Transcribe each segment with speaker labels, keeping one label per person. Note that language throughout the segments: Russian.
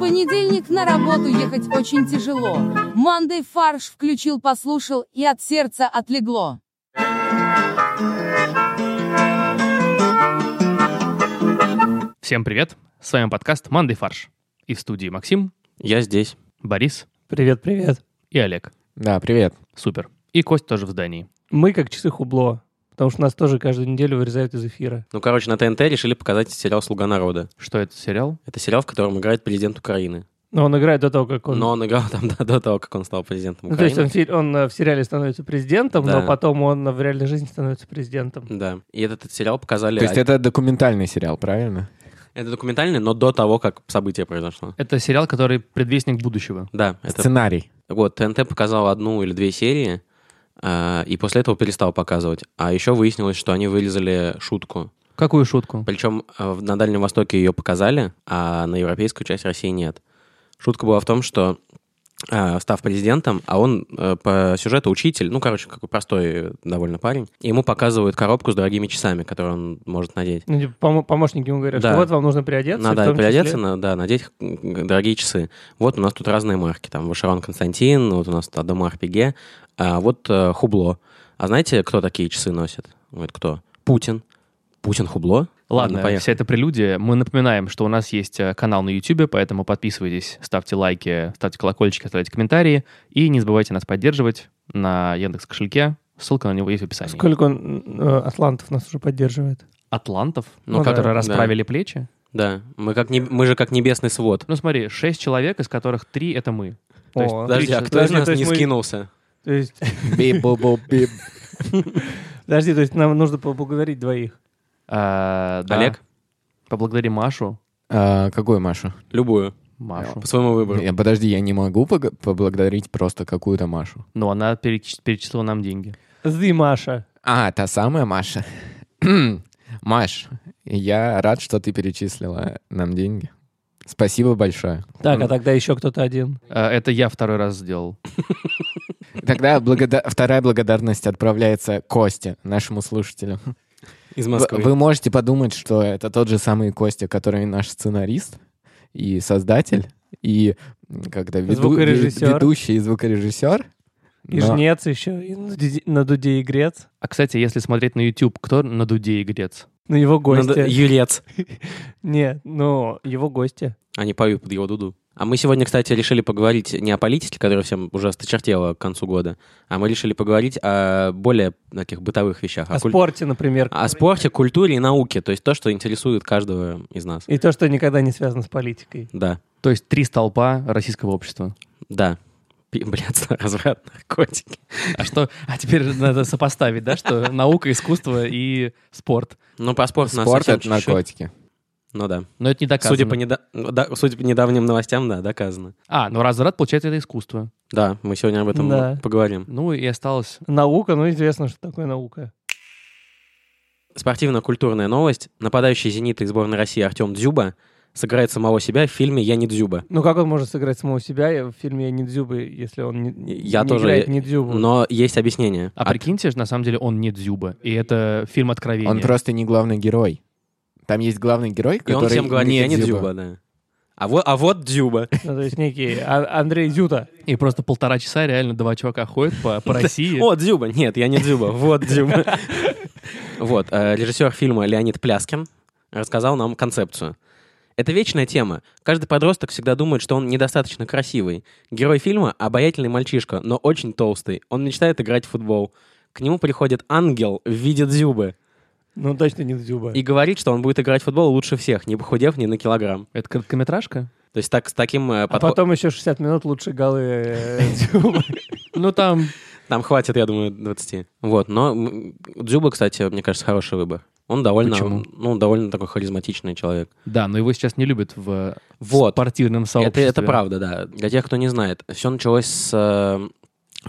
Speaker 1: понедельник на работу ехать очень тяжело. Мандей фарш включил, послушал, и от сердца отлегло.
Speaker 2: Всем привет! С вами подкаст «Мандай фарш». И в студии Максим,
Speaker 3: Я здесь.
Speaker 2: Борис
Speaker 4: Привет, привет.
Speaker 2: и Олег.
Speaker 3: Да, привет.
Speaker 2: Супер. И Кость тоже в здании.
Speaker 4: Мы как часы хубло, потому что нас тоже каждую неделю вырезают из эфира.
Speaker 3: Ну, короче, на ТНТ решили показать сериал «Слуга народа».
Speaker 2: Что это за сериал?
Speaker 3: Это сериал, в котором играет президент Украины.
Speaker 4: Но он играет до того, как он...
Speaker 3: Но он играл там да, до того, как он стал президентом
Speaker 4: Ну, то есть он,
Speaker 3: Украины.
Speaker 4: в сери- он, э, в сериале становится президентом,
Speaker 3: Да.
Speaker 4: но потом он э, в реальной жизни становится президентом.
Speaker 3: Да. И этот, этот сериал показали...
Speaker 5: То есть
Speaker 3: а-
Speaker 5: это документальный сериал, правильно?
Speaker 3: это документальный, но до того, как событие произошло.
Speaker 2: Это сериал, который предвестник будущего.
Speaker 3: Да, это...
Speaker 5: Сценарий.
Speaker 3: Вот, ТНТ показал одну или две серии, а, и после этого перестал показывать. А еще выяснилось, что они вырезали шутку.
Speaker 2: Какую шутку?
Speaker 3: Причем э, в- на Дальнем Востоке ее показали, а на европейскую часть России нет. Шутка была в том, что э, став президентом, а он э, по сюжету учитель, ну, короче, какой простой э, довольно парень, и ему показывают коробку с дорогими часами, которые он может надеть.
Speaker 4: Ну, типа, помо- помощники ему говорят,
Speaker 3: Да.
Speaker 4: что вот вам нужно приодеться. и в
Speaker 3: Надо
Speaker 4: том числе-
Speaker 3: приодеться, на- да, надеть м, дорогие часы. Вот у нас тут разные марки. Там Вашерон Константин, вот у нас тут Адама Арпеге, а вот э, Хубло. А знаете, кто такие часы носит? Вот кто? Путин. Путин Хубло?
Speaker 2: Ладно,
Speaker 3: поехали.
Speaker 2: вся эта прелюдия. Мы напоминаем, что у нас есть э, канал на YouTube, поэтому подписывайтесь, ставьте лайки, ставьте колокольчики, оставляйте комментарии. И не забывайте нас поддерживать на Яндекс кошельке. Ссылка на него есть в описании.
Speaker 4: Сколько он, э, атлантов нас уже поддерживает?
Speaker 2: Атлантов,
Speaker 3: Ну,
Speaker 4: да.
Speaker 2: которые
Speaker 3: да.
Speaker 2: расправили плечи.
Speaker 3: Да, мы, как не- мы же как небесный свод.
Speaker 2: Ну смотри, шесть человек, из которых три — это мы. То есть
Speaker 4: О,
Speaker 3: Подожди, а
Speaker 2: Отлично.
Speaker 3: кто из
Speaker 4: Подожди,
Speaker 3: нас
Speaker 4: то есть
Speaker 3: не
Speaker 4: мы-
Speaker 3: скинулся?
Speaker 4: То есть,
Speaker 5: Би-бу-бу-би.
Speaker 4: подожди, то есть нам нужно поблагодарить двоих.
Speaker 2: А, да.
Speaker 3: Олег?
Speaker 2: Поблагодари Машу.
Speaker 5: А, Какую Машу?
Speaker 3: Любую.
Speaker 2: Машу.
Speaker 3: По своему выбору.
Speaker 5: Я- Подожди, я не могу пог- поблагодарить просто какую-то Машу.
Speaker 2: Но ну, она переч- перечислила нам деньги.
Speaker 4: Зы, Маша.
Speaker 5: А, та самая Маша. Маш, я рад, что ты перечислила нам деньги. Спасибо большое.
Speaker 4: Так, а тогда еще кто-то один.
Speaker 2: А, Это я второй раз сделал.
Speaker 5: Тогда благода- вторая благодарность отправляется Косте, нашему слушателю.
Speaker 3: Из
Speaker 5: В-
Speaker 3: Москвы.
Speaker 5: Вы можете подумать, что это тот же самый Костя, который наш сценарист и создатель, и м, когда веду-
Speaker 4: Звукорежиссер.
Speaker 5: ве- ведущий и звукорежиссер.
Speaker 4: И
Speaker 5: Но-
Speaker 4: жнец еще, и на дуде, на дуде игрец,
Speaker 2: А, кстати, если смотреть на YouTube, кто на дуде игрец?
Speaker 4: но его
Speaker 3: Надо-
Speaker 4: гости.
Speaker 3: Юрец.
Speaker 4: Нет, ну, его гости.
Speaker 3: Они поют под его дуду. А мы сегодня, кстати, решили поговорить не о политике, которая всем уже осточертела к концу года, а мы решили поговорить о более таких бытовых вещах.
Speaker 4: О,
Speaker 3: куль-
Speaker 4: спорте, например.
Speaker 3: о спорте, культуре и науке. То есть то, что интересует каждого из нас.
Speaker 4: И то, что никогда не связано с политикой.
Speaker 3: Да,
Speaker 2: То есть три столпа российского общества.
Speaker 3: да. Пи- Блядство, разврат, наркотики.
Speaker 2: А что? А теперь надо сопоставить, да, что наука, искусство и спорт.
Speaker 3: Ну, про спорт, у нас
Speaker 5: Спорт
Speaker 3: совсем
Speaker 5: это
Speaker 3: чуть-чуть.
Speaker 5: наркотики.
Speaker 3: Ну да.
Speaker 2: Но это не доказано.
Speaker 3: Судя по, неда- ну, да. Судя по недавним новостям, да, доказано.
Speaker 2: А, ну разврат, получается, это искусство.
Speaker 3: Да, мы сегодня об этом
Speaker 4: Да.
Speaker 3: поговорим.
Speaker 2: Ну и осталось...
Speaker 4: Наука, ну, известно, что такое наука.
Speaker 3: Спортивно-культурная новость. Нападающий «Зенита» и сборной России Артем Дзюба сыграет самого себя в фильме «Я не Дзюба».
Speaker 4: Ну, как он может сыграть самого себя я- в фильме «Я не Дзюба», если он не,
Speaker 3: Я
Speaker 4: не
Speaker 3: тоже-
Speaker 4: играет
Speaker 3: я-
Speaker 4: не Дзюбу?
Speaker 3: Но есть объяснение.
Speaker 2: А
Speaker 3: От-
Speaker 2: прикиньте, на самом деле он не Дзюба. И это фильм откровения.
Speaker 5: Он просто не главный герой. Там есть главный герой,
Speaker 3: И
Speaker 5: который
Speaker 3: он всем говорит
Speaker 5: не
Speaker 3: «Я не
Speaker 5: Дзюба.
Speaker 3: Дзюба», да. А вот, а вот Дзюба.
Speaker 4: Ну, то есть некий А- Андрей Дзюта.
Speaker 2: И просто полтора часа реально два чувака ходят по, по России.
Speaker 3: О, Дзюба. Нет, я не Дзюба. Вот Дзюба. Вот. э, Режиссер фильма Леонид Пляскин рассказал нам концепцию. Это вечная тема. Каждый подросток всегда думает, что он недостаточно красивый. Герой фильма — обаятельный мальчишка, но очень толстый. Он мечтает играть в футбол. К нему приходит ангел в виде Дзюбы.
Speaker 4: Ну, точно не Дзюба.
Speaker 3: И говорит, что он будет играть в футбол лучше всех, не похудев ни на килограмм.
Speaker 2: Это короткометражка?
Speaker 3: То есть так, с таким э,
Speaker 4: А
Speaker 3: подход-
Speaker 4: потом еще 60 минут лучше голы э, Дзюбы.
Speaker 2: Ну там
Speaker 3: Там хватит, я думаю, 20. Вот, но м, Дзюба, кстати, мне кажется, хороший выбор. Он довольно,
Speaker 2: Почему?
Speaker 3: ну, довольно такой харизматичный человек.
Speaker 2: Да, но его сейчас не любят в
Speaker 3: Вот.
Speaker 2: спортивном
Speaker 3: Это,
Speaker 2: сообществе.
Speaker 3: это правда, да. Для тех, кто не знает, все началось с э,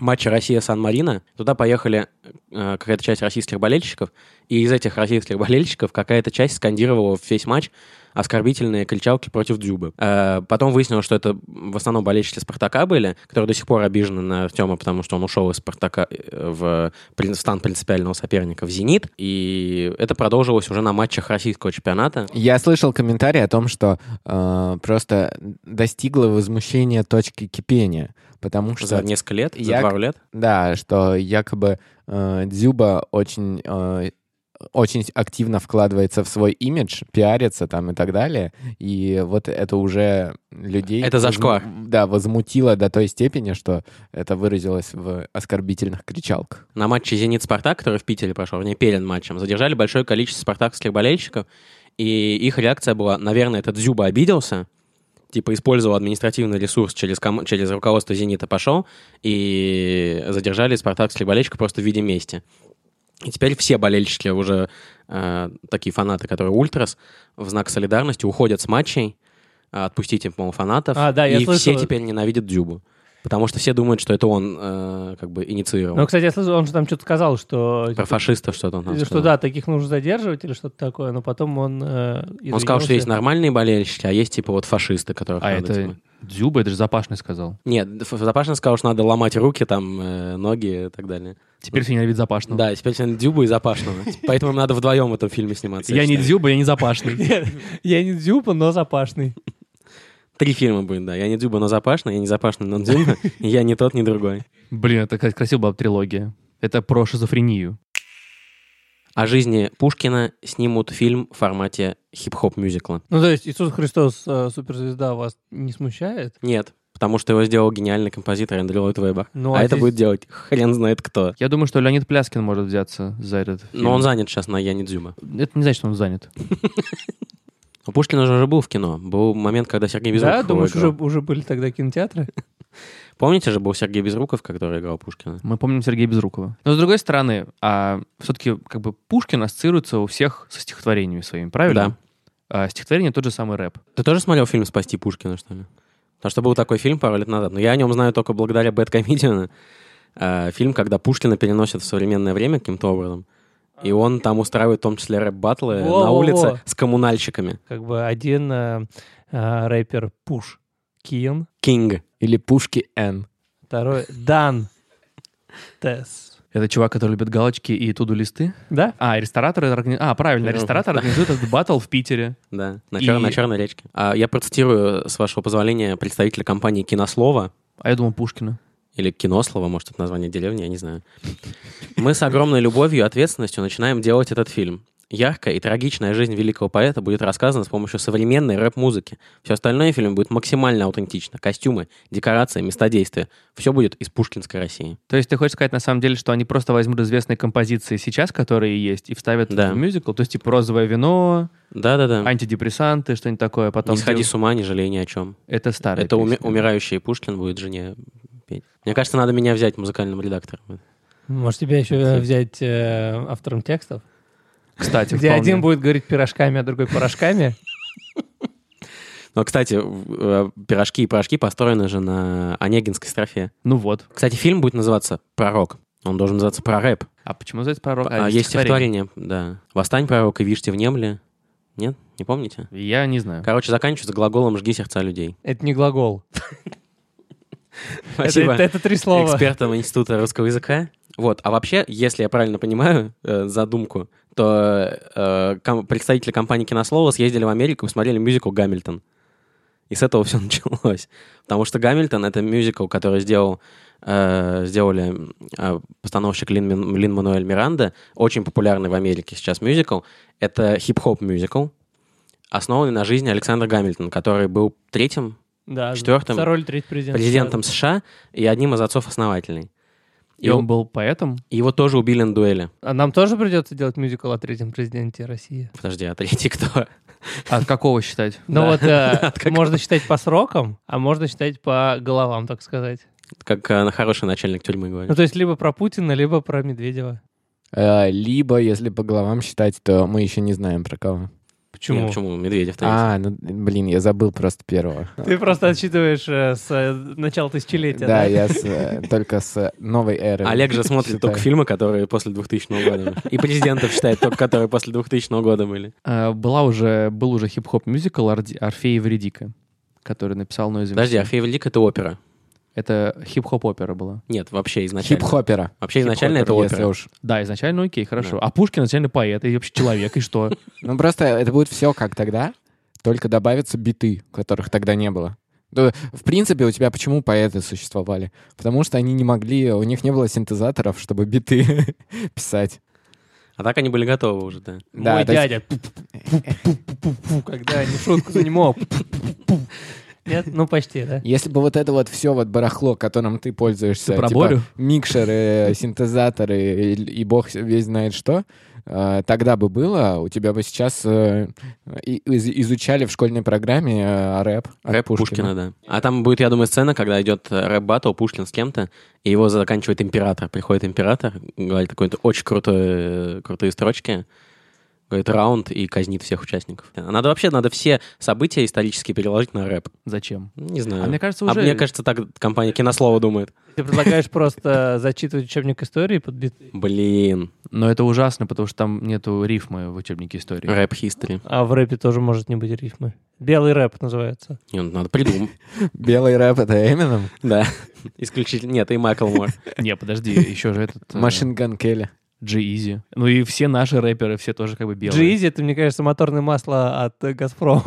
Speaker 3: матча Россия-Сан-Марина. Туда поехали э, какая-то часть российских болельщиков, и из этих российских болельщиков какая-то часть скандировала весь матч оскорбительные кричалки против Дзюбы. Э, Потом выяснилось, что это в основном болельщики Спартака были, которые до сих пор обижены на Артема, потому что он ушел из Спартака э, в, прин- в стан принципиального соперника в «Зенит». И это продолжилось уже на матчах российского чемпионата.
Speaker 5: Я слышал комментарий о том, что э, просто достигло возмущение точки кипения, потому что
Speaker 3: За несколько лет, за
Speaker 5: Я-
Speaker 3: пару лет.
Speaker 5: да, что якобы э, Дзюба очень э, очень активно вкладывается в свой имидж, пиарится там и так далее, и вот это уже людей
Speaker 3: Это зашквар.
Speaker 5: возму- да возмутило до той степени, что это выразилось в оскорбительных кричалках.
Speaker 3: на матче «Зенит-Спартак», который в Питере прошел, не перед матчем, задержали большое количество спартакских болельщиков, и их реакция была, наверное, этот Дзюба обиделся, типа использовал административный ресурс через, ком- через руководство «Зенита» пошел, и задержали спартакских болельщиков просто в виде мести. И теперь все болельщики, уже э, такие фанаты, которые ультрас, в знак солидарности уходят с матчей, э, отпустите, по-моему, фанатов,
Speaker 4: А, да, я
Speaker 3: и все
Speaker 4: слышал.
Speaker 3: теперь ненавидят Дзюбу. Потому что все думают, что это он э, как бы инициировал.
Speaker 4: Ну, кстати, я слышал, он же там что-то сказал, что...
Speaker 3: Про фашистов что-то он там
Speaker 4: Или что
Speaker 3: сказал.
Speaker 4: да, таких нужно задерживать или что-то такое, но потом он... э,
Speaker 3: Он сказал, что
Speaker 4: извинился.
Speaker 3: есть нормальные болельщики, а есть типа вот фашисты, которых
Speaker 2: А
Speaker 3: надо,
Speaker 2: это
Speaker 3: типа-
Speaker 2: Дзюба, это же Запашный сказал.
Speaker 3: Нет, Ф- Запашин сказал, что надо ломать руки, там, э, ноги и так далее.
Speaker 2: Теперь все ненавидят Запашного.
Speaker 3: Да, и теперь все Дюбу и Запашного. Типа, Поэтому им надо вдвоем в этом фильме сниматься.
Speaker 2: Я не
Speaker 3: считаю.
Speaker 2: Дзюба, я не Запашный.
Speaker 4: Я не Дзюпа, но запашный.
Speaker 3: Три фильма будет, да. Я не Дюба, но Запашный, я не Запашный, но Дюба, и я не тот, ни другой.
Speaker 2: Блин, это как- красиво была бы трилогия. Это про шизофрению.
Speaker 3: О жизни Пушкина снимут фильм в формате хип-хоп-мюзикла.
Speaker 4: Ну, то есть Иисус Христос, э, суперзвезда, вас не смущает?
Speaker 3: Нет, потому что его сделал гениальный композитор Эндрю Ллойд Вебер.
Speaker 4: Ну,
Speaker 3: а
Speaker 4: а
Speaker 3: это
Speaker 4: здесь-
Speaker 3: будет делать хрен знает кто.
Speaker 2: Я думаю, что Леонид Пляскин может взяться за этот фильм.
Speaker 3: Но он занят сейчас на «Я не Дзюба».
Speaker 2: Это не значит, что он занят.
Speaker 3: У Пушкина же Ну, уже был в кино. Был момент, когда Сергей Безруков
Speaker 4: да,
Speaker 3: его
Speaker 4: думаешь,
Speaker 3: играл.
Speaker 4: уже, уже были тогда кинотеатры?
Speaker 3: Помните же, был Сергей Безруков, который играл Пушкина?
Speaker 2: Мы помним Сергея Безрукова. Но с другой стороны, а, все-таки как бы Пушкин ассоциируется у всех со стихотворениями своими, правильно? Да. стихотворение тот же самый рэп.
Speaker 3: Ты тоже смотрел фильм «Спасти Пушкина», что ли? Потому что был такой фильм пару лет назад, но я о нем знаю только благодаря Бэт Комедиану. Э, Фильм, когда Пушкина переносят в современное время каким-то образом. И он там устраивает в том числе рэп-баттлы на
Speaker 4: Во-во-во.
Speaker 3: улице с коммунальщиками.
Speaker 4: Как бы один э, э, рэпер Пуш Кин,
Speaker 3: Кинг.
Speaker 5: Или пушки Н.
Speaker 4: второй Дан Тес.
Speaker 2: Это чувак, который любит галочки и туду-листы.
Speaker 4: Да?
Speaker 2: А, и ресторатор... органи- А, правильно,
Speaker 3: Ну,
Speaker 2: ресторатор организует этот батл в Питере.
Speaker 3: Да, на,
Speaker 2: И-
Speaker 3: чер- на Черной речке. А я процитирую, с вашего позволения, представителя компании «Кинослово»,
Speaker 2: А я думал Пушкина.
Speaker 3: Или кинослово, может, это название деревни, я не знаю. Мы с огромной любовью и ответственностью начинаем делать этот фильм. Яркая и трагичная жизнь великого поэта будет рассказана с помощью современной рэп-музыки. Все остальное в фильме будет максимально аутентично. Костюмы, декорации, местодействия. Все будет из пушкинской России.
Speaker 2: То есть ты хочешь сказать, на самом деле, что они просто возьмут известные композиции сейчас, которые есть, и вставят
Speaker 3: Да.
Speaker 2: в мюзикл? То есть типа «Розовое вино»,
Speaker 3: Да-да-да.
Speaker 2: антидепрессанты, что-нибудь такое. а Потом
Speaker 3: Не сходи
Speaker 2: дел-
Speaker 3: с ума, не жалей ни о чем.
Speaker 2: Это старое.
Speaker 3: Это уми- умирающий Пушкин будет жене петь. Мне кажется, надо меня взять музыкальным редактором.
Speaker 4: Может, тебя еще э, взять э, автором текстов?
Speaker 2: Кстати,
Speaker 4: Где
Speaker 2: вполне.
Speaker 4: один будет говорить пирожками, а другой порошками?
Speaker 3: Но, кстати, в- э, пирожки и порошки построены же на Онегинской строфе.
Speaker 2: Ну вот.
Speaker 3: Кстати, фильм будет называться «Пророк». Он должен называться про рэп.
Speaker 2: А почему за это пророк?
Speaker 3: А, есть стихотворение, да. «Восстань, пророк, и вишь в внемле». Нет? Не помните?
Speaker 2: Я не знаю.
Speaker 3: Короче, заканчивается глаголом «жги сердца людей».
Speaker 4: Это не глагол. Это,
Speaker 3: Спасибо
Speaker 4: это- это три слова.
Speaker 3: экспертам Института русского языка. Вот. А вообще, если я правильно понимаю э, задумку, то э, ком- представители компании «Кинослово» съездили в Америку и смотрели мюзикл «Гамильтон». И с этого все началось. Потому что «Гамильтон» — это мюзикл, который сделал, э, сделали э, постановщик Лин, Мин- Лин Мануэль Миранда, очень популярный в Америке сейчас мюзикл. Это хип-хоп мюзикл, основанный на жизни Александра Гамильтона, который был третьим
Speaker 4: Да,
Speaker 3: Четвертым
Speaker 4: Второй или третий президент.
Speaker 3: президентом США и одним из отцов-основателей.
Speaker 2: И он был поэтом?
Speaker 3: Его тоже убили на дуэли.
Speaker 4: А нам тоже придется делать мюзикл о третьем президенте России.
Speaker 3: Подожди, а третий кто?
Speaker 2: От А какого считать?
Speaker 4: Ну
Speaker 3: Да.
Speaker 4: вот, э,
Speaker 3: От какого?
Speaker 4: можно считать по срокам, а можно считать по головам, так сказать.
Speaker 3: Как э, на хороший начальник тюрьмы
Speaker 4: Ну
Speaker 3: говорит.
Speaker 4: то есть либо про Путина, либо про Медведева.
Speaker 5: Э, либо, если по головам считать, то мы еще не знаем про кого.
Speaker 4: Почему?
Speaker 3: Нет, почему? Медведев третий.
Speaker 5: А, ну, блин, я забыл просто первого.
Speaker 4: Ты просто отсчитываешь э, с э, начала тысячелетия,
Speaker 5: Да,
Speaker 4: да?
Speaker 5: я с, э, только с новой эры.
Speaker 3: Олег же смотрит
Speaker 5: А, считаю.
Speaker 3: только фильмы, которые после 2000 года. И президентов считает только, которые после 2000 года были.
Speaker 2: Э, Была уже, был уже хип-хоп мюзикл «Орди- «Орфей и Вредика», который написал Нойз
Speaker 3: Подожди, а Орфей Велик — это опера.
Speaker 2: Это хип-хоп опера была.
Speaker 3: Нет, вообще изначально.
Speaker 5: Хип-хопера.
Speaker 3: Вообще изначально это
Speaker 5: Хип-хопер, если
Speaker 3: опера.
Speaker 5: уж.
Speaker 2: Да, изначально окей, хорошо. А Пушкин изначально поэт и вообще человек, и что?
Speaker 5: Ну, просто это будет все как тогда, только добавятся биты, которых тогда не было. Да, В принципе, у тебя почему поэты существовали? Потому что они не могли, у них не было синтезаторов, чтобы биты писать.
Speaker 3: А так они были готовы уже, да.
Speaker 5: Да,
Speaker 4: Мой
Speaker 5: то есть-
Speaker 4: дядя. пу-пу-пу-пу-пу-пу, Когда не в шутку за него. пу-пу-пу-пу. Нет, ну почти, да.
Speaker 5: Если бы вот это вот все вот барахло, которым ты пользуешься,
Speaker 2: Ты
Speaker 5: типа
Speaker 2: про Борю?
Speaker 5: микшеры, синтезаторы и, и бог весь знает что, э, тогда бы было, у тебя бы сейчас э, и- из- изучали в школьной программе э, рэп. от
Speaker 3: Рэп Пушкина. да. А там будет, я думаю, сцена, когда идет рэп-баттл Пушкин с кем-то, и его заканчивает император. Приходит император, говорит какой-то очень крутой, крутые строчки, говорит раунд и казнит всех участников. Надо вообще, надо все события исторические переложить на рэп.
Speaker 2: Зачем?
Speaker 3: Ну, Не знаю.
Speaker 2: А мне кажется,
Speaker 3: А мне
Speaker 2: уже...
Speaker 3: кажется, так компания Кинослова думает.
Speaker 4: Ты предлагаешь просто зачитывать учебник истории под биты.
Speaker 3: Блин,
Speaker 2: Но это ужасно, потому что там нету рифмы в учебнике истории.
Speaker 3: рэп-хистори.
Speaker 4: А в рэпе тоже может не быть рифмы. Белый рэп называется.
Speaker 3: Не, ну, надо придумать.
Speaker 5: Белый рэп — это Эмином?
Speaker 3: Да, исключительно. Нет, и Майкл Мор.
Speaker 2: Не, подожди, еще же этот... э,
Speaker 5: Машинган Келли.
Speaker 2: G-Easy. Ну и все наши рэперы, все тоже как бы белые.
Speaker 4: Джизи, это, мне кажется, моторное масло от э, Газпрома.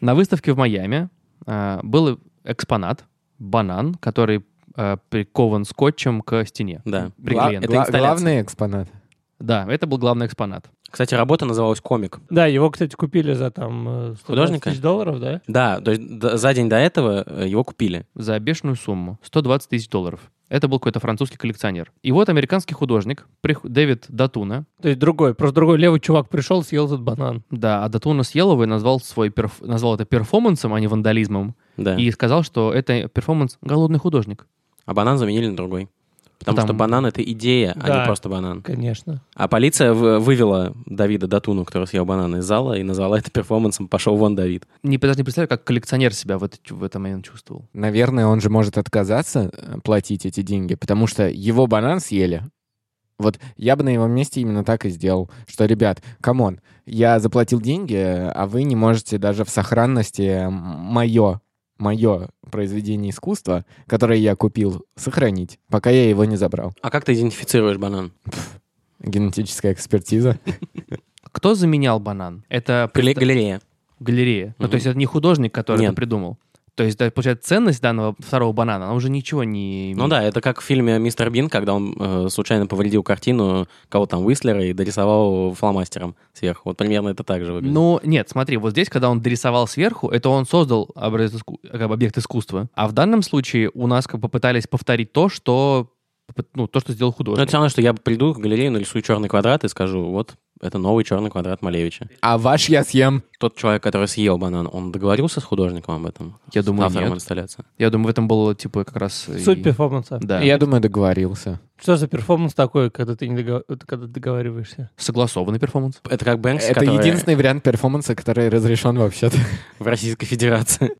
Speaker 2: На выставке в Майами а, был экспонат, банан, который а, прикован скотчем к стене.
Speaker 3: Да.
Speaker 2: Приклеен.
Speaker 3: Это инсталляция.
Speaker 5: главный экспонат.
Speaker 2: Да, это был главный экспонат.
Speaker 3: Кстати, работа называлась «Комик».
Speaker 4: Да, его, кстати, купили за там э, 120
Speaker 3: Художника?
Speaker 4: тысяч долларов, да?
Speaker 3: Да, то есть д- за день до этого э, его купили.
Speaker 2: За бешеную сумму. 120 тысяч долларов. Это был какой-то французский коллекционер. И вот американский художник прих- Дэвид Датуна.
Speaker 4: То есть другой, просто другой левый чувак пришел, съел этот банан.
Speaker 2: Да, а Датуна съел его и назвал, свой перф- назвал это перформансом, а не вандализмом.
Speaker 3: Да.
Speaker 2: И сказал, что это перформанс «Голодный художник».
Speaker 3: А банан заменили на другой. Потому
Speaker 2: Там-
Speaker 3: что банан — это идея, а
Speaker 4: Да.
Speaker 3: не просто банан.
Speaker 4: Конечно.
Speaker 3: А полиция в- вывела Давида Датуну, который съел банан из зала, и назвала это перформансом «Пошел вон, Давид».
Speaker 2: Не, даже не представляю, как коллекционер себя в, этот в этот момент чувствовал.
Speaker 5: Наверное, он же может отказаться э, платить эти деньги, потому что его банан съели. Вот я бы на его месте именно так и сделал, что, ребят, камон, я заплатил деньги, а вы не можете даже в сохранности э, мое, мое произведение искусства, которое я купил, сохранить, пока я его не забрал.
Speaker 3: А как ты идентифицируешь банан?
Speaker 5: Генетическая экспертиза.
Speaker 2: Кто заменял банан? Это
Speaker 3: Гале- галерея.
Speaker 2: галерея. Ну,
Speaker 3: Мгм.
Speaker 2: то есть это не художник, который это
Speaker 3: Нет.
Speaker 2: придумал. То есть, да, получается, ценность данного второго банана, она уже ничего не...
Speaker 3: Ну да, это как в фильме «Мистер Бин», когда он э, случайно повредил картину кого там, Уислера, и дорисовал фломастером сверху. Вот примерно это так же выглядит.
Speaker 2: Ну, нет, смотри, вот здесь, когда он дорисовал сверху, это он создал образ иску- как бы объект искусства. А в данном случае у нас как бы попытались повторить то, что, поп- ну, то, что сделал
Speaker 3: Ну, это
Speaker 2: художник.
Speaker 3: все равно, что я приду в галерею, нарисую черный квадрат и скажу, вот, это новый черный квадрат Малевича.
Speaker 5: А ваш я съем.
Speaker 3: Тот человек, который съел банан, он договорился с художником об этом?
Speaker 2: Я
Speaker 3: С
Speaker 2: думаю,
Speaker 3: автором
Speaker 2: нет.
Speaker 3: инсталляции?
Speaker 2: Я думаю, в этом было, типа, как раз... и-
Speaker 4: Суть перформанса.
Speaker 2: Да.
Speaker 5: Я думаю, договорился.
Speaker 4: Что за перформанс такой, когда ты не догов- когда ты договариваешься?
Speaker 2: Согласованный перформанс.
Speaker 3: Это как Бэнкс,
Speaker 5: Это
Speaker 3: который
Speaker 5: единственный вариант перформанса, который разрешен вообще-то.
Speaker 3: в Российской Федерации.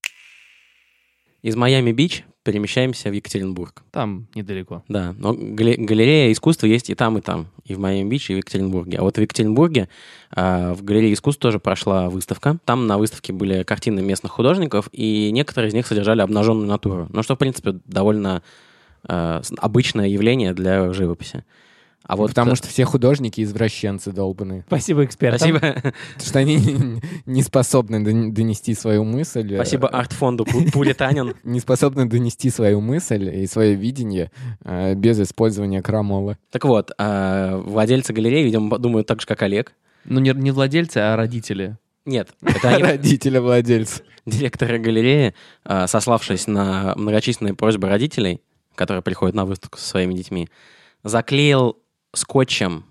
Speaker 3: Из Майами-Бич перемещаемся в Екатеринбург.
Speaker 2: Там недалеко.
Speaker 3: Да, но гале- галерея искусства есть и там, и там. И в Майами-Бич, и в Екатеринбурге. А вот в Екатеринбурге а, в галерее искусств тоже прошла выставка. Там на выставке были картины местных художников, и некоторые из них содержали обнаженную натуру. Ну, что, в принципе, довольно а, с- обычное явление для живописи. А вот
Speaker 5: Потому что все художники извращенцы долбанные.
Speaker 4: Спасибо экспертам.
Speaker 3: Спасибо.
Speaker 5: Потому что они не- не способны дон- донести свою мысль. э,
Speaker 3: Спасибо арт-фонду Пу- Пуританин.
Speaker 5: Не способны донести свою мысль и свое видение э, без использования крамола.
Speaker 3: Так вот, а, владельцы галереи, видимо, думают так же, как Олег.
Speaker 2: Ну, не, не владельцы, а родители.
Speaker 3: Нет, это они,
Speaker 5: Родителя владельца.
Speaker 3: директоры галереи, а, сославшись на многочисленные просьбы родителей, которые приходят на выставку со своими детьми, заклеил скотчем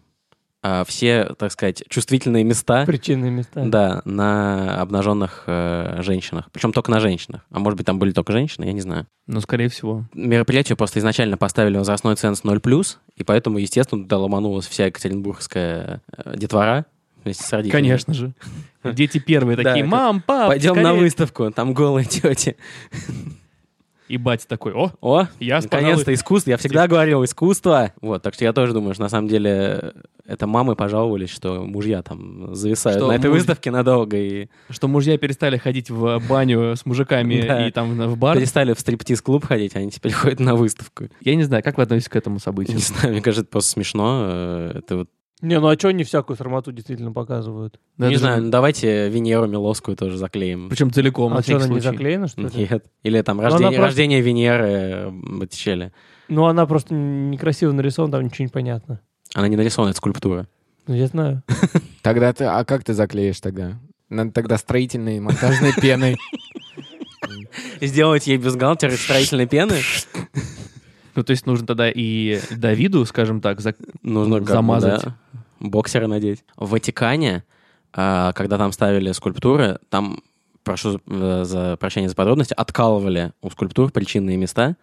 Speaker 3: а, все, так сказать, чувствительные места
Speaker 4: Причинные места.
Speaker 3: да, на обнаженных э, женщинах. Причем только на женщинах. А может быть, там были только женщины, я не знаю.
Speaker 2: Ну, скорее всего.
Speaker 3: мероприятию просто изначально поставили возрастной ценз 0+, и поэтому, естественно, туда ломанулась вся екатеринбургская э, детвора, вместе с родителями.
Speaker 2: Конечно же. Дети первые
Speaker 3: Да,
Speaker 2: такие,
Speaker 3: как-
Speaker 2: мам, пап,
Speaker 3: Пойдем на
Speaker 2: скорее».
Speaker 3: выставку, там голые тети.
Speaker 2: И батя такой, о,
Speaker 3: О,
Speaker 2: я
Speaker 3: наконец-то
Speaker 2: пожалуй,
Speaker 3: искусство. Я всегда говорил искусство. Вот, так что я тоже думаю, что на самом деле э, это мамы пожаловались, что мужья там зависают
Speaker 2: Что
Speaker 3: на этой
Speaker 2: муж-
Speaker 3: выставке надолго и
Speaker 2: что мужья перестали ходить в баню с
Speaker 3: Да.
Speaker 2: мужиками и там в бар.
Speaker 3: перестали в стриптиз-клуб ходить, а они теперь ходят на выставку.
Speaker 2: Я не знаю, как вы относитесь к этому
Speaker 3: Не
Speaker 2: событию?
Speaker 3: знаю, мне кажется, это просто смешно. Э, Это вот,
Speaker 4: Не, ну а что они всякую сармату действительно показывают?
Speaker 2: Да,
Speaker 3: не
Speaker 2: это же-
Speaker 3: знаю, ну давайте Венеру Миловскую тоже заклеим.
Speaker 2: Причем целиком, на
Speaker 4: а что,
Speaker 2: всякий
Speaker 4: она не
Speaker 2: случай.
Speaker 4: заклеена, что ли?
Speaker 3: Нет. Или там
Speaker 4: она
Speaker 3: рождение,
Speaker 4: просто-
Speaker 3: рождение Венеры э, Боттичелли.
Speaker 4: Ну, она просто некрасиво нарисована, там ничего не понятно.
Speaker 3: Она не нарисована, это скульптура.
Speaker 4: Ну, я знаю.
Speaker 5: Тогда ты... А как ты заклеишь тогда? Надо тогда строительной и монтажной пеной.
Speaker 3: Сделать ей бюстгальтер из строительной пены?
Speaker 2: Ну, то есть нужно тогда и Давиду, скажем так, ну, зак-
Speaker 3: Нужно как бы,
Speaker 2: Замазать.
Speaker 3: да, боксеры надеть. В Ватикане, а, когда там ставили скульптуры, там, прошу за- э, за прощение за подробности, откалывали у скульптур причинные места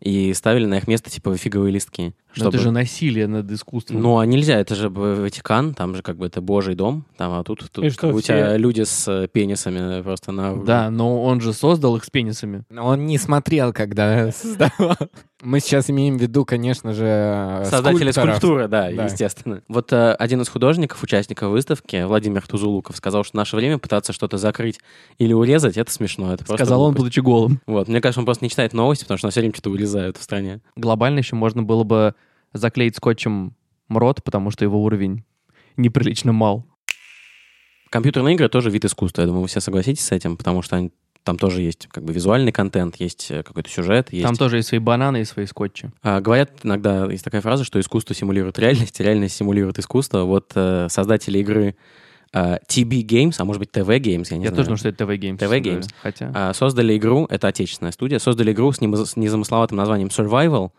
Speaker 3: и ставили на их место типа фиговые листки.
Speaker 2: Ну, это же насилие над искусством.
Speaker 3: Ну, а нельзя, это же б- Ватикан, там же как бы это божий дом, там, а тут, тут
Speaker 4: И что,
Speaker 3: как бы у
Speaker 4: все-
Speaker 3: тебя люди с э, пенисами просто на
Speaker 2: да, но он же создал их с пенисами.
Speaker 5: Но он не смотрел, когда создавал. Мы сейчас имеем в виду, конечно же, э,
Speaker 3: Создатели
Speaker 5: скульпторов.
Speaker 3: скульптуры, да,
Speaker 5: Да.
Speaker 3: естественно. Вот э, один из художников, участников выставки, Владимир Тузулуков, сказал, что в наше время пытаться что-то закрыть или урезать, это смешно. Это просто
Speaker 2: Сказал он,
Speaker 3: глупость.
Speaker 2: будучи голым.
Speaker 3: Вот, мне кажется, он просто не читает новости, потому что на все время что-то урезают в стране.
Speaker 2: Глобально еще можно было бы заклеить скотчем рот, потому что его уровень неприлично мал.
Speaker 3: Компьютерные игры тоже вид искусства, я думаю, вы все согласитесь с этим, потому что они- там тоже есть как бы визуальный контент, есть э, какой-то сюжет, есть...
Speaker 2: Там тоже и свои бананы, и свои скотчи.
Speaker 3: А, говорят иногда, есть такая фраза, что искусство симулирует реальность, реальность симулирует искусство. Вот э, создатели игры э, TB Games, а может быть TV Games, я не
Speaker 2: Я
Speaker 3: знаю.
Speaker 2: тоже думаю, что это TV Games.
Speaker 3: TV
Speaker 2: Да,
Speaker 3: Games.
Speaker 2: Хотя...
Speaker 3: А, Создали игру, это отечественная студия, создали игру с нем- с незамысловатым названием Survival,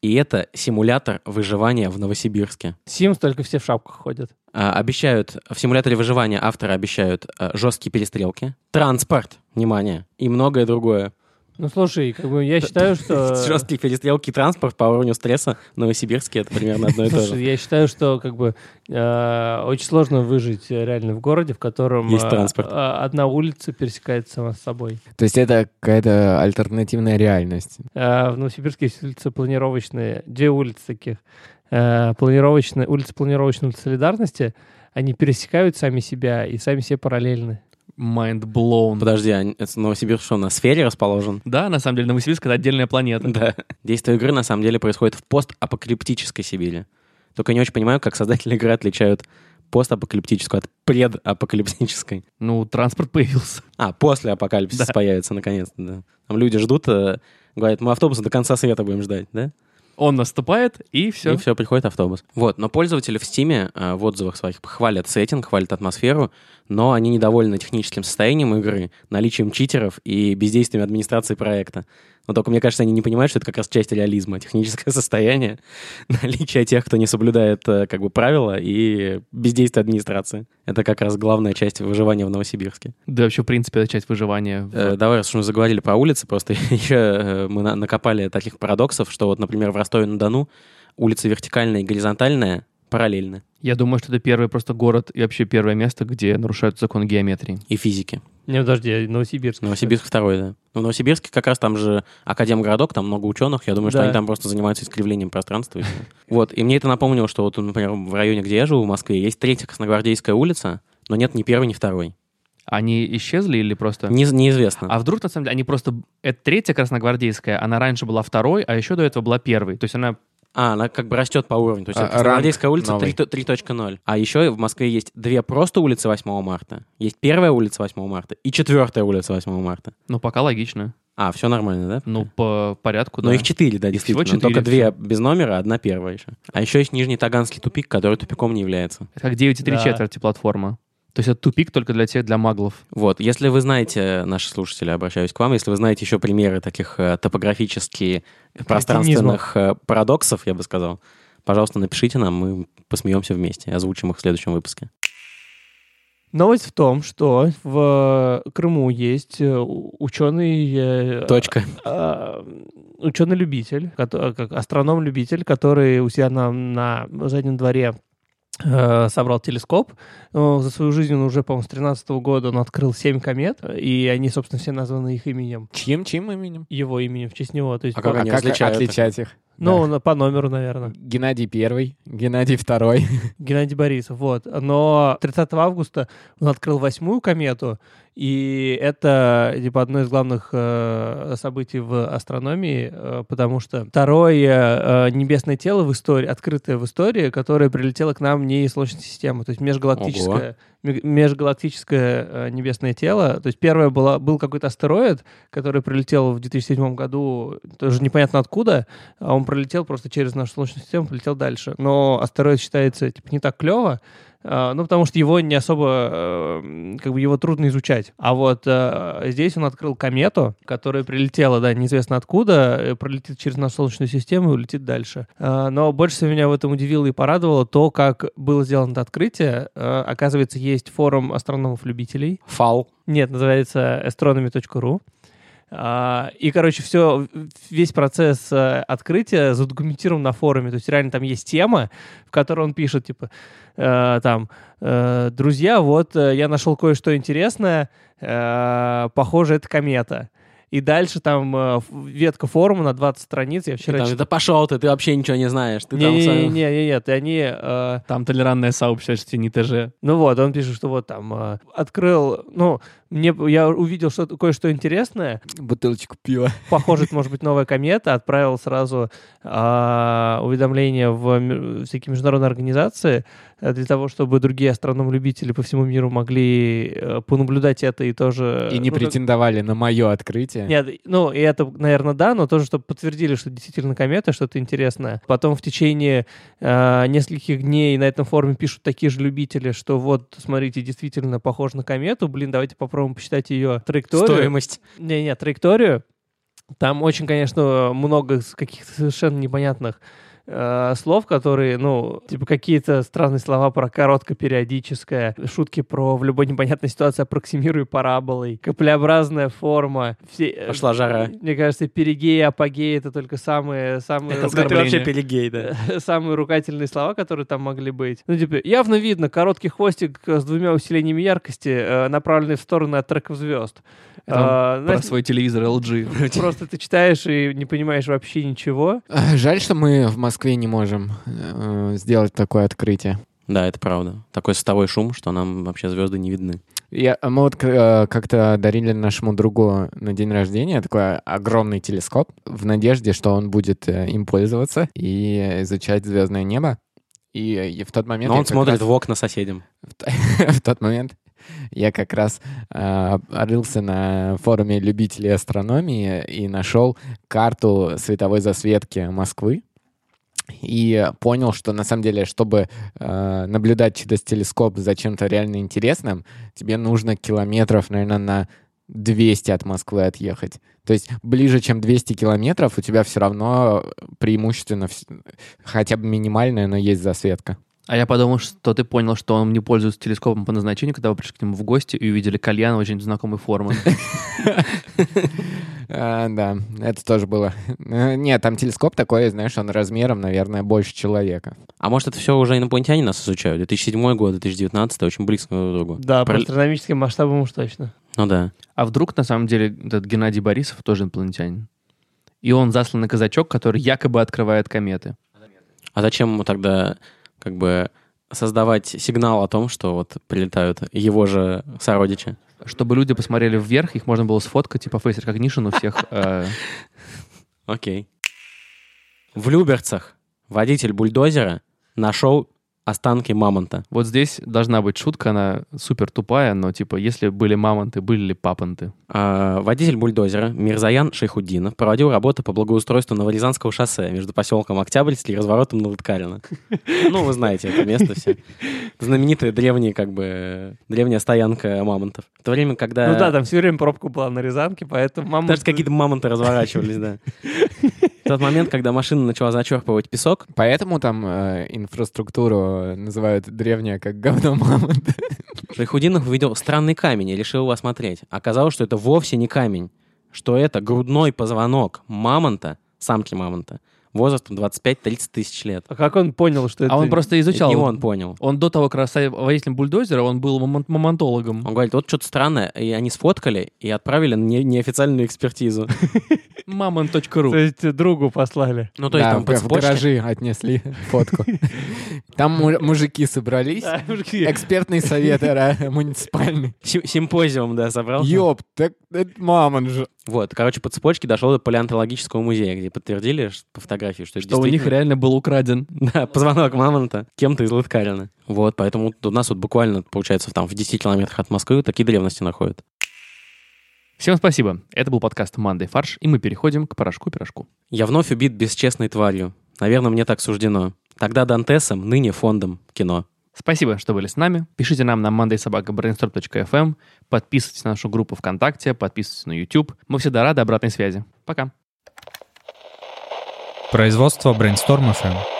Speaker 3: и это симулятор выживания в Новосибирске.
Speaker 4: Sims только все в шапках ходят.
Speaker 3: А, Обещают, в симуляторе выживания авторы обещают э, жесткие перестрелки, транспорт, внимание, и многое другое.
Speaker 4: Ну, слушай, как бы я считаю, что...
Speaker 3: Жесткие перестрелки и транспорт по уровню стресса в Новосибирске, это примерно одно и то
Speaker 4: Слушай,
Speaker 3: же.
Speaker 4: я считаю, что как бы э, очень сложно выжить э, реально в городе, в котором
Speaker 3: Есть
Speaker 4: э,
Speaker 3: транспорт.
Speaker 4: э, одна улица пересекается сама с собой.
Speaker 5: То есть это какая-то альтернативная реальность.
Speaker 4: Э, в Новосибирске есть улицы планировочные, две улицы таких. Э, планировочные, улицы планировочной солидарности, они пересекают сами себя и сами себе параллельны.
Speaker 2: Mind blown.
Speaker 3: Подожди, а это Новосибирск что, на сфере расположен?
Speaker 2: Да, на самом деле, Новосибирск — это отдельная планета.
Speaker 3: Да. Действие игры на самом деле происходит в постапокалиптической Сибири. Только я не очень понимаю, как создатели игры отличают постапокалиптическую от предапокалиптической.
Speaker 2: Ну, транспорт появился.
Speaker 3: А, после апокалипсиса
Speaker 2: Да.
Speaker 3: появится наконец-то, да. Там люди ждут, э, говорят, мы автобуса до конца света будем ждать, да?
Speaker 2: Он наступает, и все.
Speaker 3: И все, приходит автобус. Вот, но пользователи в Стиме в отзывах своих хвалят сеттинг, хвалят атмосферу, но они недовольны техническим состоянием игры, наличием читеров и бездействием администрации проекта. Но только, мне кажется, они не понимают, что это как раз часть реализма. Техническое состояние, наличие тех, кто не соблюдает э, как бы правила и бездействие администрации. Это как раз главная часть выживания в Новосибирске.
Speaker 2: Да вообще, в принципе, это часть выживания. в-
Speaker 3: Э, давай, раз уж мы заговорили про улицы, просто еще э, мы на- накопали таких парадоксов, что вот, например, в Ростове-на-Дону улицы вертикальная и горизонтальная параллельны
Speaker 2: Я думаю, что это первый просто город и вообще первое место, где нарушают закон геометрии.
Speaker 3: и физики.
Speaker 4: Не, подожди, Новосибирск.
Speaker 3: Новосибирск второй, да. В Новосибирске как раз там же Академгородок, там много ученых. Я думаю, что
Speaker 4: Да.
Speaker 3: они там просто занимаются искривлением пространства. и всё. Вот, и мне это напомнило, что вот, например, в районе, где я живу, в Москве, есть третья Красногвардейская улица, но нет ни первой, ни второй.
Speaker 2: Они исчезли или просто...
Speaker 3: Не- неизвестно.
Speaker 2: А вдруг, на самом деле, они просто... Это третья красногвардейская, она раньше была второй, а еще до этого была первой. То есть она...
Speaker 3: А, она как бы растет по уровню. То есть
Speaker 5: А,
Speaker 3: это Красногвардейская
Speaker 5: ранг
Speaker 3: улица
Speaker 5: новый.
Speaker 3: 3.0. 3.0. А еще в Москве есть две просто улицы 8 марта. Есть первая улица 8 марта и четвертая улица 8 марта.
Speaker 2: Ну, пока логично.
Speaker 3: А, все нормально, да?
Speaker 2: Ну, по порядку,
Speaker 3: Но
Speaker 2: да.
Speaker 3: их четыре, да,
Speaker 2: Их всего
Speaker 3: действительно. Только
Speaker 2: четыре,
Speaker 3: две без номера, одна первая еще. А еще есть Нижний Таганский тупик, который тупиком не является.
Speaker 2: Это как 9 и 3
Speaker 4: Да.
Speaker 2: четверти платформа. То есть это тупик только для тех, для маглов.
Speaker 3: Вот, если вы знаете, наши слушатели, обращаюсь к вам, если вы знаете еще примеры таких э, топографически пространственных э, парадоксов, я бы сказал, пожалуйста, напишите нам, мы посмеемся вместе, озвучим их в следующем выпуске.
Speaker 4: Новость в том, что в э, Крыму есть э, у- ученый... э,
Speaker 3: Точка.
Speaker 4: э, ученый-любитель, кото- как астроном-любитель, который у себя на, на заднем дворе э, собрал телескоп. Э, За свою жизнь он уже, по-моему, с 13 года он открыл 7 комет, и они, собственно, все названы их именем.
Speaker 5: Чьим, чьим именем?
Speaker 4: его именем, в честь него. То есть,
Speaker 3: А
Speaker 4: по-
Speaker 3: как они различают их?
Speaker 5: отличать их?
Speaker 4: ну, он по номеру, наверное.
Speaker 5: Геннадий первый, Геннадий второй.
Speaker 4: Геннадий Борисов, вот. Но 30 августа он открыл восьмую комету, и это типа одно из главных э, событий в астрономии, э, потому что второе э, небесное тело в истории, открытое в истории, которое прилетело к нам не из Солнечной системы, то есть межгалактическое, ми- межгалактическое э, небесное тело. То есть первое было, был какой-то астероид, который прилетел в 2007 году, тоже непонятно откуда, а он пролетел просто через нашу Солнечную систему, полетел дальше. Но астероид считается типа, не так клево, а, ну, потому что его не особо, э, м, как бы его трудно изучать. А вот э, здесь он открыл комету, которая прилетела, да, неизвестно откуда, э, пролетит через нашу Солнечную систему и улетит дальше. А, но больше всего меня в этом удивило и порадовало то, как было сделано это открытие. Э, оказывается, есть форум астрономов-любителей,
Speaker 3: Фал.
Speaker 4: нет, называется astronomy.ru. А, И, короче, все, весь процесс э, открытия задокументирован на форуме. То есть реально там есть тема, в которой он пишет, типа, э, там, э, друзья, вот э, я нашел кое-что интересное, э, похоже, это комета. И дальше там э, ф- ветка форума на 20 страниц. Я вчера
Speaker 3: да пошел ты, ты вообще ничего не знаешь. Ты там сам-
Speaker 4: Не-не-не, они... э,
Speaker 2: Там толерантное сообщество, что не ТЖ.
Speaker 4: ну вот, он пишет, что вот там э, открыл, ну, мне я увидел что кое-что интересное,
Speaker 5: Бутылочку пива.
Speaker 4: похоже, это может быть новая комета, отправил сразу а, уведомление в м- всякие международные организации э, для того, чтобы другие астроном-любители по всему миру могли э, понаблюдать это и тоже...
Speaker 5: И не
Speaker 4: ну, как-
Speaker 5: претендовали на мое открытие.
Speaker 4: нет, ну, и это, наверное, да, но тоже, чтобы подтвердили, что действительно комета, что-то интересное. Потом в течение э, нескольких дней на этом форуме пишут такие же любители, что вот, смотрите, действительно похоже на комету, блин, давайте попробуем посчитать ее траекторию.
Speaker 3: Стоимость.
Speaker 4: Не-не, траекторию. Там очень, конечно, много с- каких-то совершенно непонятных э, слов, которые, ну, типа какие-то странные слова про коротко-периодическое, шутки про в любой непонятной ситуации аппроксимирую параболой, каплеобразная форма. Все, э,
Speaker 3: Пошла жара.
Speaker 4: Мне кажется, перигей, апогей — это только самые... самые
Speaker 2: Это оскорбление. вообще
Speaker 3: перегей, да.
Speaker 4: самые ругательные слова, которые там могли быть. Ну, типа, явно видно короткий хвостик э, с двумя усилениями яркости, э, направленный в сторону от треков звезд.
Speaker 2: Это
Speaker 4: Э,
Speaker 2: Про
Speaker 4: знаешь,
Speaker 2: свой телевизор LG.
Speaker 4: Просто ты читаешь и не понимаешь вообще ничего.
Speaker 5: А, Жаль, что мы в Москве не можем э, сделать такое открытие.
Speaker 3: Да, это правда. Такой световой шум, что нам вообще звезды не видны.
Speaker 5: Я, а мы вот к- э, как-то дарили нашему другу на день рождения такой огромный телескоп в надежде, что он будет э, им пользоваться и изучать звездное небо. И, э, и в тот момент...
Speaker 3: Но
Speaker 5: я
Speaker 3: он
Speaker 5: как
Speaker 3: смотрит
Speaker 5: раз-
Speaker 3: в окна соседям.
Speaker 5: в тот момент я как раз э, рылся на форуме любителей астрономии и нашел карту световой засветки Москвы. И понял, что на самом деле, чтобы э, наблюдать через телескоп за чем-то реально интересным, тебе нужно километров, наверное, на 200 от Москвы отъехать. То есть ближе, чем 200 километров, у тебя все равно преимущественно вс- хотя бы минимальная, но есть засветка.
Speaker 2: А я подумал, что ты понял, что он не пользуется телескопом по назначению, когда вы пришли к нему в гости и увидели кальян очень знакомой формы.
Speaker 5: А, да, это тоже было. Э, Нет, там телескоп такой, знаешь, он размером, наверное, больше человека.
Speaker 3: А может, это все уже инопланетяне нас изучают? 2007 год, 2019, очень близко друг к другу.
Speaker 4: Да, по
Speaker 3: Про-
Speaker 4: астрономическим масштабам уж точно.
Speaker 3: Ну да.
Speaker 2: А вдруг, на самом деле, этот Геннадий Борисов тоже инопланетянин? И он заслан на казачок, который якобы открывает кометы.
Speaker 3: А зачем ему тогда как бы создавать сигнал о том, что вот прилетают его же сородичи?
Speaker 2: Чтобы люди посмотрели вверх, их можно было сфоткать, типа Face Recognition у всех. э,
Speaker 3: Окей. В Люберцах водитель бульдозера нашел останки мамонта.
Speaker 2: Вот здесь должна быть шутка, она супер тупая, но типа, если были мамонты, были ли папонты?
Speaker 3: А, Водитель бульдозера Мирзаян Шейхуддинов проводил работы по благоустройству Новорязанского шоссе между поселком Октябрьский и разворотом на Лыткарино. Ну, вы знаете это место все. Знаменитая древняя, как бы, древняя стоянка мамонтов. В то время, когда...
Speaker 4: Ну да, там все время пробка была на Рязанке, поэтому мама...
Speaker 3: Даже какие-то мамонты разворачивались, да. В тот момент, когда машина начала зачерпывать песок,
Speaker 5: Поэтому там э, инфраструктуру э, называют древняя как говно мамонта.
Speaker 3: Шайхудинов увидел странный камень и решил его осмотреть. Оказалось, что это вовсе не камень, что это грудной позвонок мамонта, самки мамонта, возрастом 25-30 тысяч лет.
Speaker 4: А как он понял, что это...
Speaker 2: А он просто изучал.
Speaker 3: Это не он понял.
Speaker 2: Он до того, как раз стал водителем бульдозера, он был момон- момонтологом.
Speaker 3: Он говорит, вот что-то странное, и они сфоткали и отправили на не- неофициальную экспертизу.
Speaker 4: То
Speaker 2: Мамон.ру.
Speaker 4: есть другу послали.
Speaker 3: Ну, то есть
Speaker 5: Да,
Speaker 3: там
Speaker 5: в
Speaker 3: по
Speaker 5: га- в
Speaker 3: цепочке.
Speaker 5: гаражи отнесли фотку. Там му- мужики собрались. Экспертный совет ра- муниципальный.
Speaker 3: Си- Симпозиум, да, собрал.
Speaker 5: Ёб, так это мамон же.
Speaker 3: Вот, короче, по цепочке дошло до палеонтологического музея, где подтвердили ш- по фотографии, что, это
Speaker 2: Что у них
Speaker 3: действительно-
Speaker 2: реально был украден.
Speaker 3: Да, позвонок мамонта кем-то из Лыткарина. Вот, поэтому вот у нас вот буквально, получается, там в 10 километрах от Москвы вот такие древности находят.
Speaker 2: Всем спасибо. Это был подкаст «Мандай фарш», и мы переходим к порошку-пирожку.
Speaker 3: Я вновь убит бесчестной тварью. Наверное, мне так суждено. Тогда Дантесом, ныне фондом кино.
Speaker 2: Спасибо, что были с нами. Пишите нам на mondaysobakabrainstorm.fm, эм. подписывайтесь на нашу группу ВКонтакте, подписывайтесь на YouTube. Мы всегда рады обратной связи. Пока.
Speaker 6: Производство Brainstorm FM.